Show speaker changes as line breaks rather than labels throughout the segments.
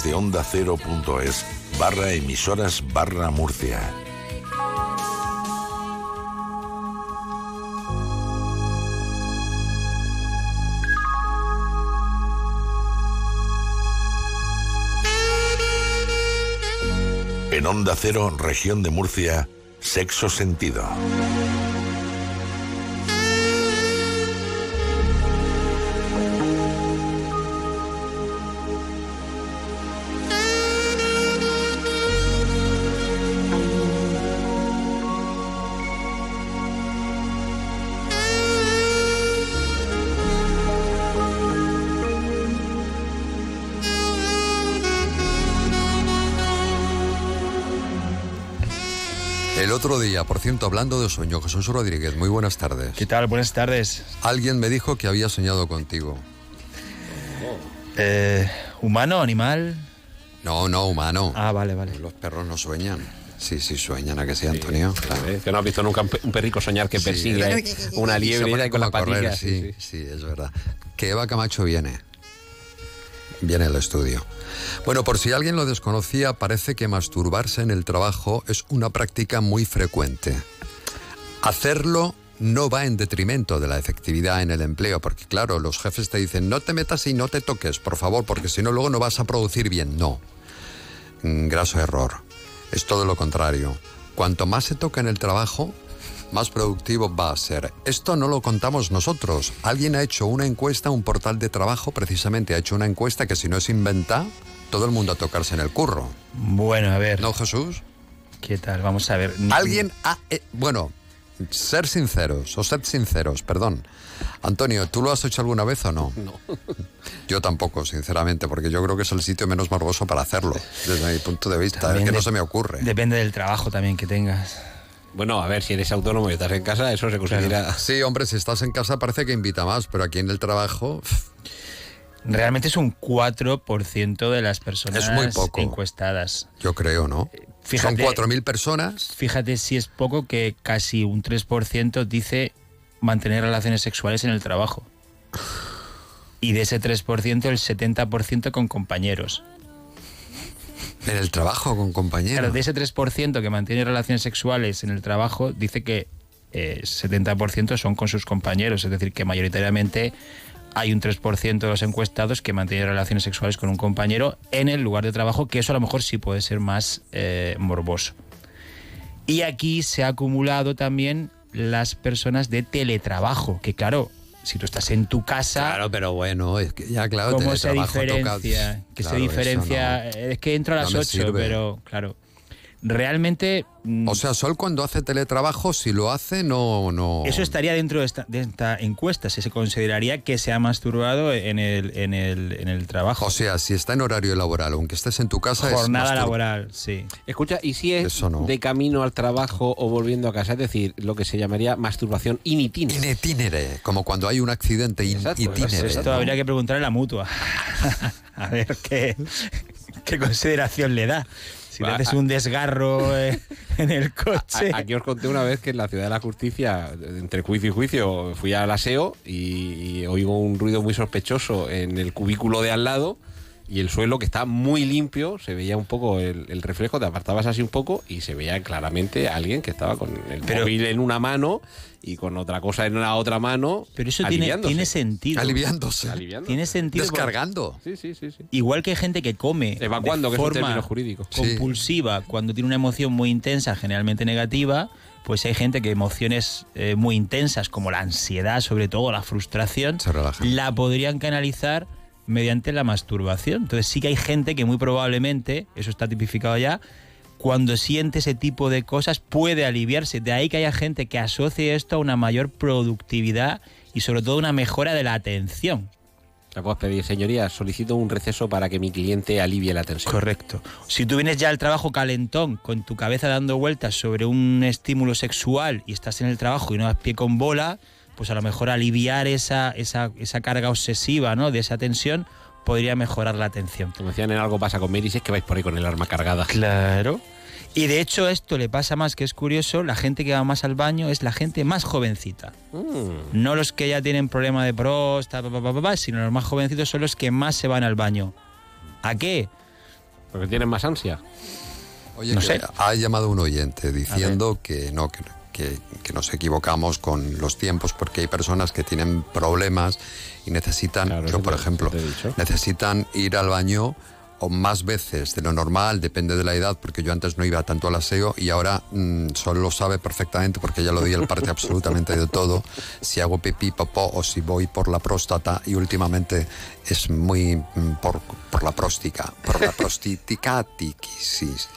de onda cero.es barra emisoras barra Murcia. En Onda Cero, región de Murcia, sexo sentido.
otro día, por cierto, hablando de sueño, Jesús Rodríguez, muy buenas tardes.
¿Qué tal? Buenas tardes.
Alguien me dijo que había soñado contigo.
Eh, ¿Humano, animal?
No, no, humano.
Ah, vale, vale.
Los perros no sueñan. Sí, sí, sueñan, ¿a que sí, Antonio? Sí,
claro. ¿eh? Que no has visto nunca un perrico soñar que persigue sí, una liebre y con la patilla.
Sí, sí, sí, es verdad. Que Eva Camacho viene viene al estudio. Bueno, por si alguien lo desconocía, parece que masturbarse en el trabajo es una práctica muy frecuente. Hacerlo no va en detrimento de la efectividad en el empleo, porque claro, los jefes te dicen, no te metas y no te toques, por favor, porque si no, luego no vas a producir bien. No. Graso error. Es todo lo contrario. Cuanto más se toca en el trabajo, más productivo va a ser. Esto no lo contamos nosotros. Alguien ha hecho una encuesta, un portal de trabajo precisamente ha hecho una encuesta que si no es inventa, todo el mundo a tocarse en el curro.
Bueno, a ver.
¿No, Jesús?
¿Qué tal? Vamos a ver. Mm,
Alguien ha... Eh, bueno, ser sinceros, o ser sinceros, perdón. Antonio, ¿tú lo has hecho alguna vez o no?
No.
Yo tampoco, sinceramente, porque yo creo que es el sitio menos morboso para hacerlo, desde mi punto de vista. También es que no se me ocurre.
Depende del trabajo también que tengas.
Bueno, a ver, si eres autónomo y estás en casa, eso se considera.
Sí, hombre, si estás en casa parece que invita más, pero aquí en el trabajo.
Realmente es un 4% de las personas
es muy poco,
encuestadas.
Yo creo, ¿no?
Eh,
Fíjate, Son 4.000 personas.
Fíjate si es poco que casi un 3% dice mantener relaciones sexuales en el trabajo. Y de ese 3%, el 70% con compañeros.
En el trabajo con compañeros.
Claro, de ese 3% que mantiene relaciones sexuales en el trabajo, dice que eh, 70% son con sus compañeros, es decir, que mayoritariamente hay un 3% de los encuestados que mantiene relaciones sexuales con un compañero en el lugar de trabajo, que eso a lo mejor sí puede ser más eh, morboso. Y aquí se ha acumulado también las personas de teletrabajo, que claro, si tú estás en tu casa.
Claro, pero bueno, es que ya claro,
¿cómo se diferencia? Toca, que claro, se diferencia. No, es que entro a las no 8, sirve. pero claro. Realmente. mm,
O sea, Sol cuando hace teletrabajo, si lo hace, no. no...
Eso estaría dentro de esta, de esta encuesta, si se consideraría que se ha masturbado en el, en, el, en el trabajo.
O sea, si está en horario laboral, aunque estés en tu casa.
Jornada
es
laboral, sí.
Escucha, ¿y si es Eso no. de camino al trabajo o volviendo a casa? Es decir, lo que se llamaría masturbación in itinere.
In itinere, como cuando hay un accidente in
Exacto,
itinere.
Esto ¿no? habría que preguntar a la mutua. a ver qué, qué consideración le da. Si le haces un desgarro eh, en el coche.
Aquí os conté una vez que en la ciudad de la justicia, entre juicio y juicio, fui al aseo y, y oigo un ruido muy sospechoso en el cubículo de al lado y el suelo que está muy limpio, se veía un poco el, el, reflejo, te apartabas así un poco y se veía claramente a alguien que estaba con el pero, móvil en una mano y con otra cosa en la otra mano.
Pero eso tiene, tiene sentido.
Aliviándose.
aliviándose.
Tiene sentido.
Descargando.
Sí, sí, sí, sí,
Igual que hay gente que come.
Evacuando,
de
que
forma
es un término jurídico.
Compulsiva, sí. cuando tiene una emoción muy intensa, generalmente negativa. Pues hay gente que emociones eh, muy intensas, como la ansiedad, sobre todo la frustración,
se relaja.
la podrían canalizar mediante la masturbación. Entonces sí que hay gente que muy probablemente, eso está tipificado ya, cuando siente ese tipo de cosas puede aliviarse. De ahí que haya gente que asocie esto a una mayor productividad y sobre todo una mejora de la atención.
La puedes pedir, señoría, solicito un receso para que mi cliente alivie la tensión.
Correcto. Si tú vienes ya al trabajo calentón, con tu cabeza dando vueltas sobre un estímulo sexual y estás en el trabajo y no das pie con bola, pues a lo mejor aliviar esa, esa, esa, carga obsesiva, ¿no? De esa tensión podría mejorar la atención.
Como decían en algo pasa con Mary, si es que vais por ahí con el arma cargada.
Claro. Y de hecho esto le pasa más, que es curioso, la gente que va más al baño es la gente más jovencita. Mm. No los que ya tienen problema de próstata, sino los más jovencitos son los que más se van al baño. ¿A qué?
Porque tienen más ansia.
Oye,
No
que
sé.
ha llamado un oyente diciendo que no, que, que- que nos equivocamos con los tiempos porque hay personas que tienen problemas y necesitan,
Claro, eso
yo por
te-
ejemplo,
te he dicho.
necesitan ir al baño o más veces de lo normal, depende de la edad, porque yo antes no iba tanto al aseo y ahora mm, solo lo sabe perfectamente porque ya lo di el parte absolutamente de todo, si hago pipí, popó o si voy por la próstata y últimamente es muy mm, por, por la próstica, por la prostiticatis.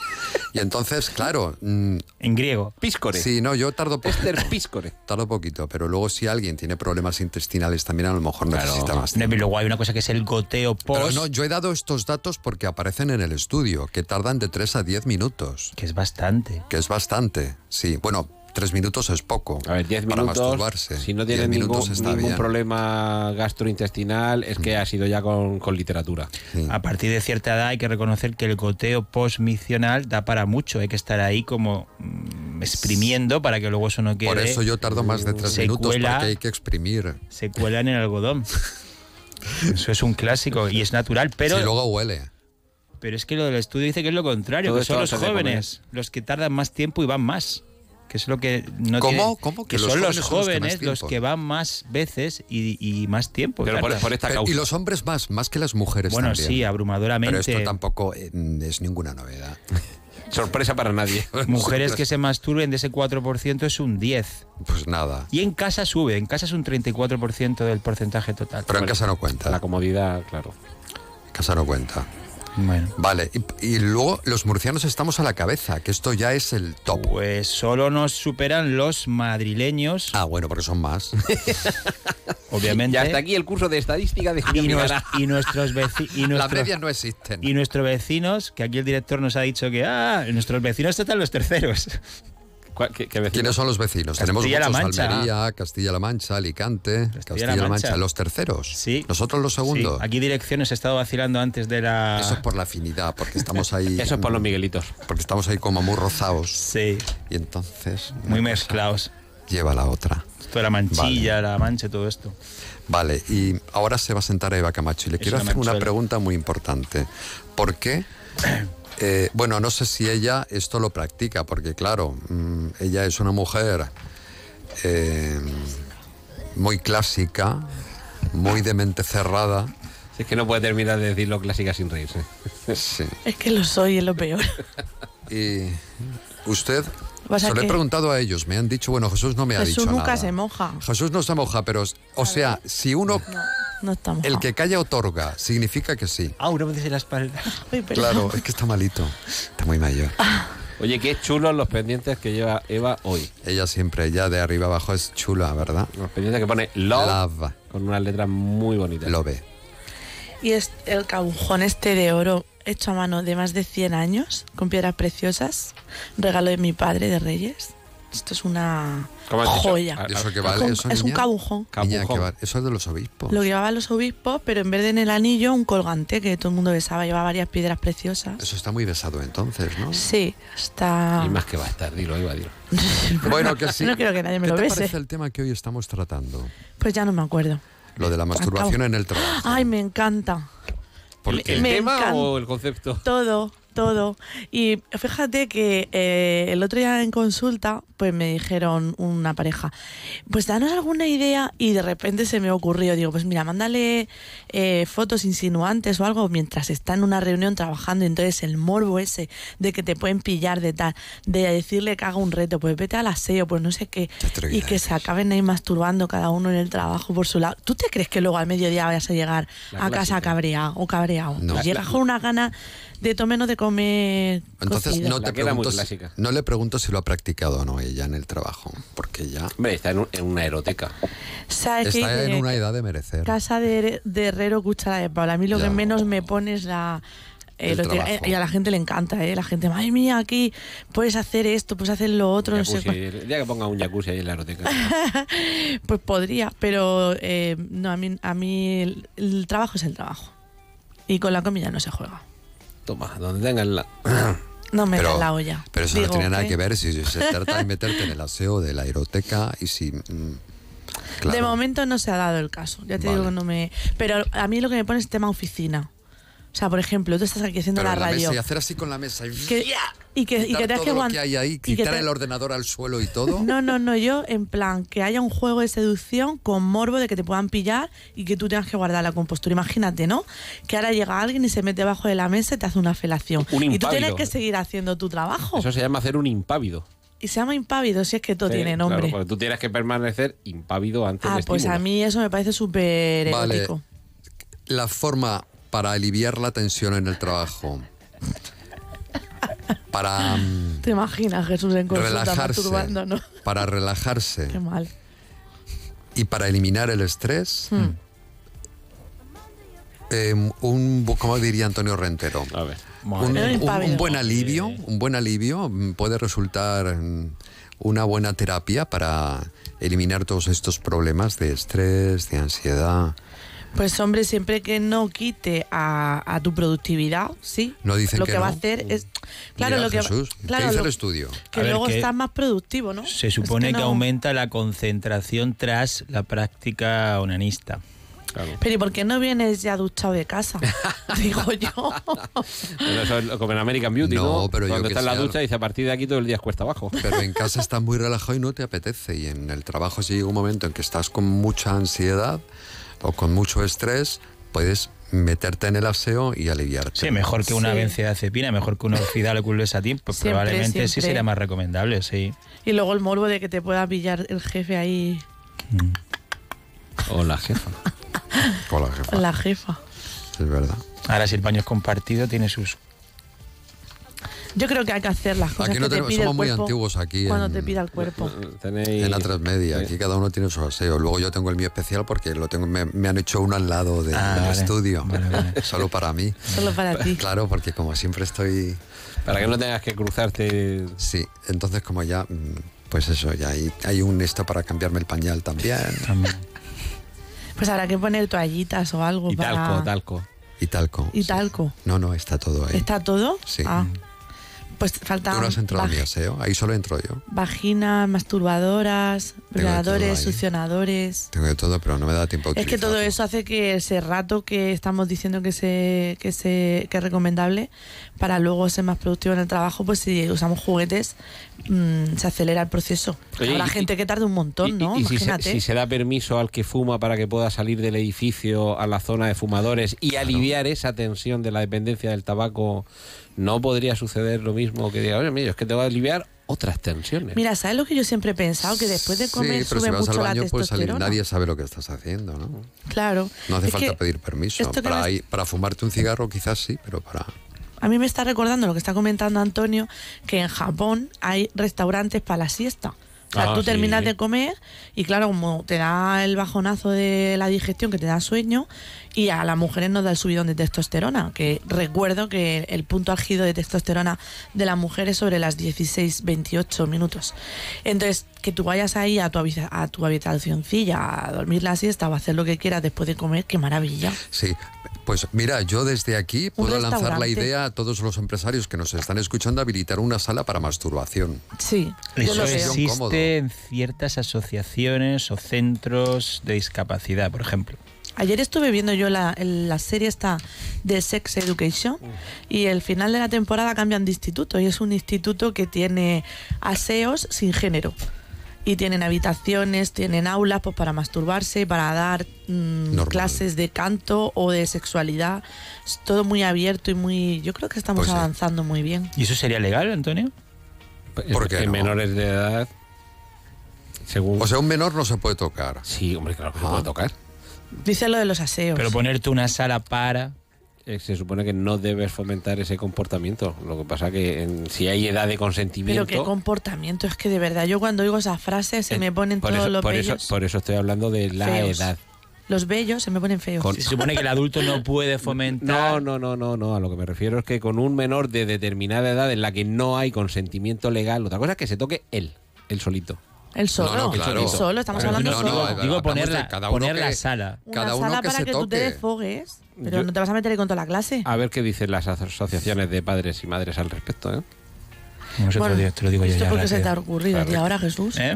Y entonces, claro, mm,
En griego.
Piscore.
sí, no, yo tardo poco.
Esther Piscore.
Tardo poquito, pero luego si alguien tiene problemas intestinales también a lo mejor
Claro.
necesita más
No, y luego hay una cosa que es el goteo post,
pero no, yo he dado estos datos porque aparecen en el estudio, que tardan de 3 a 10 minutos,
que es bastante.
que es bastante. Sí, bueno, 3 minutos es poco.
A ver, 10
para
minutos.
masturbarse.
Si no
10
tienen ningún,
minutos está
ningún
bien. Mm.
problema gastrointestinal, es que ha sido ya con, con literatura.
Sí.
A partir de cierta edad hay que reconocer que el goteo postmicional da para mucho. Hay que estar ahí como mm, exprimiendo para que luego eso no quede.
Por eso yo tardo más de 3
se
minutos
cuela.
porque hay que exprimir.
Se cuela en el algodón. Eso es un clásico y es natural, pero,
si luego huele.
pero es que lo del estudio dice que es lo contrario,
Todo
que son
esto
los
antes de
jóvenes los que tardan más tiempo y van más. Que es lo que no
¿Cómo?
tiene-
¿Cómo?
Que,
¿Que los
son los
jóvenes son los que más
jóvenes los
tiempo?
que van más veces y, y más tiempo.
Pero por,
tardan.
por esta
Pero-
causa.
y los hombres más, más que las mujeres
bueno,
también.
sí, abrumadoramente.
Pero esto tampoco eh, es ninguna novedad.
Sorpresa para nadie.
Mujeres que se masturben de ese 4% es un 10.
Pues nada.
Y en casa sube, en casa es un 34% del porcentaje total.
Pero en casa no cuenta.
La comodidad, claro.
En casa no cuenta.
Bueno.
Vale, y, y luego los murcianos estamos a la cabeza, que esto ya es el top.
Pues solo nos superan los madrileños,
Ah, bueno, porque son más.
obviamente.
Ya hasta aquí el curso de estadística
Ah,
de Julio
Y, nos-
Vigara.
y nuestros veci- y
Las
nuestros-
medias no existen.
y nuestros vecinos, que aquí el director nos ha dicho que ah, nuestros vecinos están los terceros.
¿Cuál- qué- qué vecino?
¿Quiénes son los vecinos?
Castilla-La
Tenemos muchos,
Mancha.
Almería, Castilla-La Mancha, Alicante,
Castilla-La
Castilla-La Mancha.
Mancha.
los terceros.
Sí.
Nosotros los segundos.
Sí, aquí direcciones he estado vacilando antes de la.
Eso es por la afinidad, porque estamos ahí
Eso es por los Miguelitos.
porque estamos ahí como muy rozados
Sí,
y entonces
muy mezclados.
lleva la otra.
Toda la manchilla, la mancha, todo esto.
Vale, y ahora se va a sentar Eva Camacho y le
Es
quiero
una
hacer una
manchuela.
pregunta muy importante. ¿Por qué? Eh, bueno, no sé si ella esto lo practica, porque claro, mm, ella es una mujer eh, muy clásica, muy de mente cerrada.
Si es que no puede terminar de decirlo clásica sin reírse.
Sí.
Es que lo soy, es lo peor.
Y usted,
Vas a
se lo he
que-
preguntado a ellos, me han dicho, bueno, Jesús no me ha
Pues Jesús
dicho
nunca
nada.
se moja.
Jesús no se moja, pero, o sea, si uno,
No estamos.
el que calla otorga, significa que sí.
Ah, una vez en la espalda.
Claro, es que está malito. Está muy mayor.
Oye, qué chulos los pendientes que lleva Eva hoy.
Ella siempre, ya de arriba abajo es chula, ¿verdad?
Los pendientes que pone love,
Love.
con unas letras muy bonitas.
Lo ve.
Y es el cabujón este de oro hecho a mano de más de 100 años, con piedras preciosas, regalo de mi padre de Reyes. Esto es una
¿Cómo has dicho?
joya.
Ah,
¿Eso qué
Es
vale?
un-
¿Eso,
es un
niña?
cabujón.
Niña, ¿qué
Cabujón.
vale? Eso es de los obispos.
Lo llevaban los obispos, pero en vez de en el anillo, un colgante que todo el mundo besaba, llevaba varias piedras preciosas.
Eso está muy besado entonces, ¿no?
Sí, está.
Y más que va a estar, dilo, Eva, dilo.
Bueno, que sí.
No quiero que nadie me
¿Qué
lo eh.
te
bese.
parece el tema que hoy estamos tratando?
Pues ya no me acuerdo.
Lo de la masturbación en el trabajo.
Ay, me encanta.
¿Por
¿El,
qué?
el
Me
tema
encanta.
o el concepto?
Todo, todo. Y fíjate que eh, el otro día en consulta, pues me dijeron una pareja, pues danos alguna idea y de repente se me ocurrió, digo, pues mira, mándale eh, fotos insinuantes o algo mientras está en una reunión trabajando, entonces el morbo ese de que te pueden pillar de tal, de decirle que haga un reto, pues vete al aseo, pues no sé qué,
Qué atrevida
y que se
eres.
acaben ahí masturbando cada uno en el trabajo por su lado. ¿Tú te crees que luego al mediodía vayas a llegar
La
a casa
clásica.
cabreado o cabreado?
No.
Pues llegas con una gana de tomar no de comer.
Entonces
cocido.
no, te
La que era muy
pregunto si-
clásica.
no le pregunto si lo ha practicado o no ella en el trabajo, porque ya
Hombre, está en, un- en una eroteca.
¿Sabes qué
está en
dice?
una edad de merecer.
Casa de, de herrero, cuchara de palo. A mí lo
Ya.
que menos me pone es la. eh,
El
lo que-
trabajo.
eh, y a la gente le encanta, ¿eh? La gente, madre mía, aquí puedes hacer esto, puedes hacer lo otro, no sé
Jacuzzi, el día que ponga un jacuzzi ahí en la eroteca.
cuál. Pues podría, pero eh, no, a mí, a mí el, el trabajo es el trabajo. Y con la comida no se juega.
Toma, donde tengan la...
No me
Pero-
la olla.
Pero eso
Digo,
no tiene nada
¿qué?
que ver si se trata de meterte en el aseo de la aeroteca y si... mm, claro.
De momento no se ha dado el caso, ya te
Vale.
digo que no me... Pero a mí lo que me pone es tema oficina. O sea, por ejemplo, tú estás aquí haciendo
Pero
la
en la
radio.
mesa y hacer así con la mesa. Y,
que- y que, y
quitar
que tengas
todo
que
lo
aguant-
que hay
y
ahí,
que
quitar
te-
el ordenador al suelo y todo.
No, no, no, yo en plan que haya un juego de seducción con morbo de que te puedan pillar y que tú tengas que guardar la compostura. Imagínate, ¿no? Que ahora llega alguien y se mete debajo de la mesa y te hace una felación.
Un
y tú tienes
impávido.
que seguir haciendo tu trabajo.
Eso se llama hacer un impávido.
Y se llama impávido, si es que todo
Eh,
tiene
claro,
nombre.
porque tú tienes que permanecer impávido antes
ah,
del
pues a
estímulo.
mí eso me parece súper
Vale.
erótico.
La forma para aliviar la tensión en el trabajo. Para mm,
¿Te imaginas, Jesús, en consulta
relajarse.
masturbándonos?
Para relajarse.
Qué mal.
y para eliminar el estrés,
Hmm.
eh, un, bu- ¿cómo diría Antonio Rentero?
A ver.
Madre
Un,
mía.
un- un
Impávido.
buen alivio, un buen alivio mm, puede resultar mm, una buena terapia para eliminar todos estos problemas de estrés, de ansiedad.
Pues hombre, siempre que no quite a, a tu productividad, sí.
No dicen
lo
que
que va a
no. Mm.
hacer es claro
Mira,
lo que
Jesús,
va, claro
¿qué dice
lo-
el estudio?
que
A ver,
luego
que
estás más productivo, ¿no?
Se
Es
supone que
no-
aumenta la concentración tras la práctica onanista.
Claro.
Pero ¿y por qué no vienes ya duchado de casa? Digo yo.
Pero eso es lo- como en American Beauty, ¿no?
No, pero yo
Cuando
que
está en la
sea-
ducha dice a partir de aquí todo el día es cuesta abajo.
Pero en casa estás muy relajado y no te apetece. Y en el trabajo, si llega un momento en que estás con mucha ansiedad o con mucho estrés, puedes meterte en el aseo y aliviarte.
Sí, mejor que una
Sí.
benzodiazepina, mejor que una oxidaloculus a tiempo.
Siempre,
probablemente sí
siempre.
sería más recomendable, sí.
y luego el morbo de que te pueda pillar el jefe ahí,
Hola, jefa.
Hola, jefa.
la jefa.
Es verdad.
Ahora, si el baño es compartido, tiene sus.
Yo creo que hay que hacer las cosas
Aquí no
que te
tenemos-
pide el
somos muy
cuerpo
antiguos aquí
Cuando
en-
te pida el cuerpo.
Tenéis...
En la transmedia, aquí cada uno tiene su aseo. Luego yo tengo el mío especial porque lo tengo, me, me han hecho uno al lado de-
Ah,
del
vale.
estudio,
Vale, vale.
solo para mí.
Solo para ti.
Claro, porque como siempre estoy...
Para que no tengas que cruzarte
Sí, entonces como ya... mm, Pues eso, ya hay, hay un esto para cambiarme el pañal también.
um,
Pues habrá que poner toallitas o algo
y
para.
talco, talco.
Y talco.
Y
sí.
talco.
No, no, está todo ahí.
¿Está todo?
Sí.
Ah. Pues falta.
Tú no has entrado en mi
vag-
aseo, ahí solo entro yo.
Vaginas, masturbadoras,
de
vibradores,
todo ahí.
succionadores.
Tengo de todo, pero no me da tiempo a
Es que todo
utilizarlo.
eso hace que ese rato que estamos diciendo que se, que se que es recomendable para luego ser más productivo en el trabajo, pues si usamos juguetes mm, se acelera el proceso.
Oye,
Habrá
y-
gente que tarda un
Y-
montón,
y-
¿no?
Y, si, se,
Imagínate.
si se da permiso al que fuma para que pueda salir del edificio a la zona de fumadores y aliviar esa tensión de la dependencia del tabaco, ¿no podría suceder lo mismo que diga, oye, mira, es que te va a aliviar otras tensiones?
Mira, ¿sabes lo que yo siempre he pensado? Que después de comer
sí, pero
sube
si vas
mucho
al
la
baño puedes salir,
testosterona.
nadie sabe lo que estás haciendo, ¿no?
Claro.
No hace
Es
falta
que
pedir permiso.
esto que
Para,
me-
ahí- para fumarte un cigarro quizás sí, pero para...
A mí me está recordando lo que está comentando Antonio, que en Japón hay restaurantes para la siesta. O sea,
Ah,
tú
sí.
terminas de comer y claro, como te da el bajonazo de la digestión, que te da sueño, y a las mujeres nos da el subidón de testosterona, que recuerdo que el punto álgido de testosterona de las mujeres es sobre las 16-28 minutos. Entonces, que tú vayas ahí a tu, habita- a tu habitacioncilla a dormir la siesta o a hacer lo que quieras después de comer, qué maravilla.
Sí, pues mira, yo desde aquí puedo lanzar la
restaurante.
idea a todos los empresarios que nos están escuchando habilitar una sala para masturbación.
Sí, yo
Eso
lo veo.
es-
existe
Cómodo.
en ciertas asociaciones o centros de discapacidad, por ejemplo.
Ayer estuve viendo yo la, el- la serie esta de Sex Education
Mm.
y el final de la temporada cambian de instituto y es un instituto que tiene aseos sin género. Y tienen habitaciones, tienen aulas pues, para masturbarse, para dar mm,
Normal.
clases de canto o de sexualidad. Es todo muy abierto y muy... Yo creo que estamos
Pues sí.
avanzando muy bien.
¿Y eso sería legal, Antonio?
¿por qué
que
no?
Pues, menores de edad, según...
O sea, ah. un menor no se puede tocar.
sí, hombre, claro que se puede tocar.
Dice lo de los aseos.
Pero ponerte una sala para.
Eh, Se supone que no debes fomentar ese comportamiento. Lo que pasa que en- si hay edad de consentimiento...
Pero qué comportamiento, es que de verdad, yo cuando oigo esas frases se
eh,
me ponen
por
todos
eso,
los
por eso,
bellos.
por eso estoy hablando de la
feos.
edad.
Los bellos se me ponen feos.
Con-
Se supone que el adulto no puede
No,
fomentar.
no, no, no, no. A lo que me refiero es que con un menor de determinada edad en la que no hay consentimiento legal, otra cosa es que se toque él, él solito.
El solo,
No, no, claro.
el solo, estamos
Claro,
hablando
no,
solo.
no,
Digo,
hablamos
poner
de
la-
cada uno
poner la
que-
sala.
Una
Cada uno
sala
que
para
se
que tú te
toque.
desfogues, pero
Yo-
no te vas a meter ahí con toda la clase.
Ah, pues
A ver qué dicen las aso- asociaciones de padres y madres al respecto. ¿eh?
No, eso te lo digo- te lo digo yo
¿esto
ya
por qué se
rápido.
te ha ocurrido a ti ahora, Jesús?
¿Eh?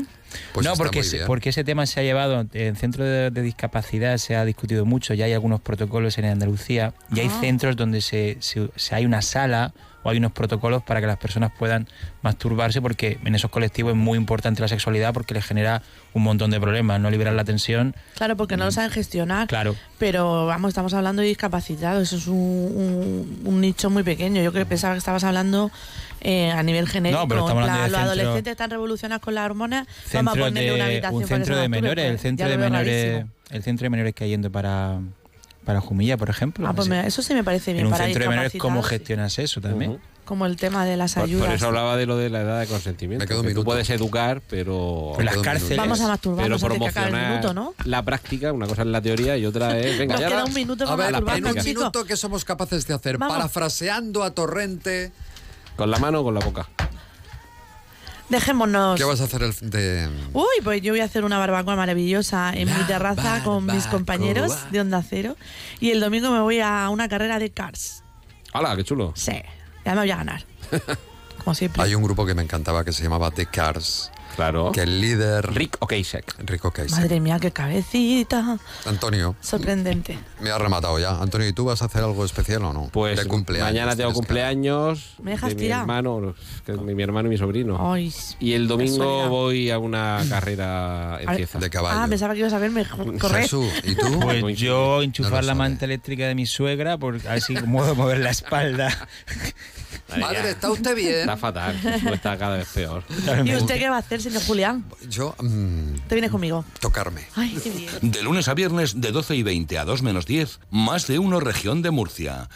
Pues
no,
está
porque,
muy
ese-
bien.
porque ese tema se ha llevado en centro de, de discapacidad, se ha discutido mucho, ya hay algunos protocolos en Andalucía y hay
Ah.
centros donde se, se- se- hay una sala o hay unos protocolos para que las personas puedan masturbarse porque en esos colectivos es muy importante la sexualidad porque les genera un montón de problemas, no liberar la tensión.
Claro, porque no lo saben gestionar.
Mm. Claro,
Pero vamos, estamos hablando de discapacitados, eso es un, un- un nicho muy pequeño. Yo que pensaba que estabas hablando eh, a nivel genérico.
Mm. No, pero estamos
en plan,
hablando de
los
centro-
adolescentes están revolucionados con las hormonas, vamos a
centro
ponerle
de-
una habitación
un
para que
centro
se
de
masturbe,
menores, el
pues,
centro
ya
de
lo veo
menores,
rarísimo.
el centro de menores que hay yendo para para Jumilla, por ejemplo.
Ah, pues
Ese-
mira, eso sí me parece bien.
en un
para
centro de menores, ¿cómo
discapacitados, sí.
gestionas eso también?
Ujú.
Como el tema de las
Por-
ayudas.
Por, eso hablaba de lo de la edad de consentimiento.
Me quedo un
que tú
minuto.
puedes educar, pero.
Pues las
Perdón,
cárceles.
Vamos a masturbarnos
pero
antes que acabe el
promocionar
minuto, ¿no?
La práctica, una cosa es la teoría y otra es. Venga,
Nos
ya
queda
la-
un minuto
A
para
ver, en
masturbarnos,
un
chicos.
minuto que somos capaces de hacer,
Vamos.
parafraseando a Torrente.
¿Con la mano o con la boca?
Dejémonos.
¿Qué vas a hacer el fin de...?
Uy, pues yo voy a hacer una barbacoa maravillosa en
La
mi terraza con mis
barbacoa.
compañeros de Onda Cero. Y el domingo me voy a una carrera de cars.
¡Hala, qué chulo!
Sí, ya me voy a ganar. Como siempre.
Hay un grupo que me encantaba que se llamaba The Cars,
Oh.
Claro.
que el líder...
Rick O'Kasek.
Rico Case.
Madre mía, qué cabecita.
Antonio,
Sorprendente.
me has rematado ya. Antonio, ¿y tú vas a hacer algo especial o no?
Pues
De cumpleaños.
mañana tengo
tienes que-
cumpleaños.
¿Me dejas
de mi
tirado?
hermano, que es mi, mi hermano y mi sobrino.
Ay,
Y el domingo
casualidad.
voy a una carrera en
Ay.
Cieza.
De caballo.
Ah, pensaba que ibas a verme jo- correr.
Jesús, ¿y tú?
Muy
Pues yo enchufar
No lo
la
sabe.
manta eléctrica de mi suegra, porque así modo mover la espalda.
Madre, ¿está usted bien?
Está fatal. Está cada vez peor.
¿Y usted qué va a hacer, señor Julián?
Yo, mm,
Te vienes conmigo.
tocarme.
Ay, qué bien.
De lunes a viernes de 12 y 20 a 2 menos 10, más de uno región de Murcia.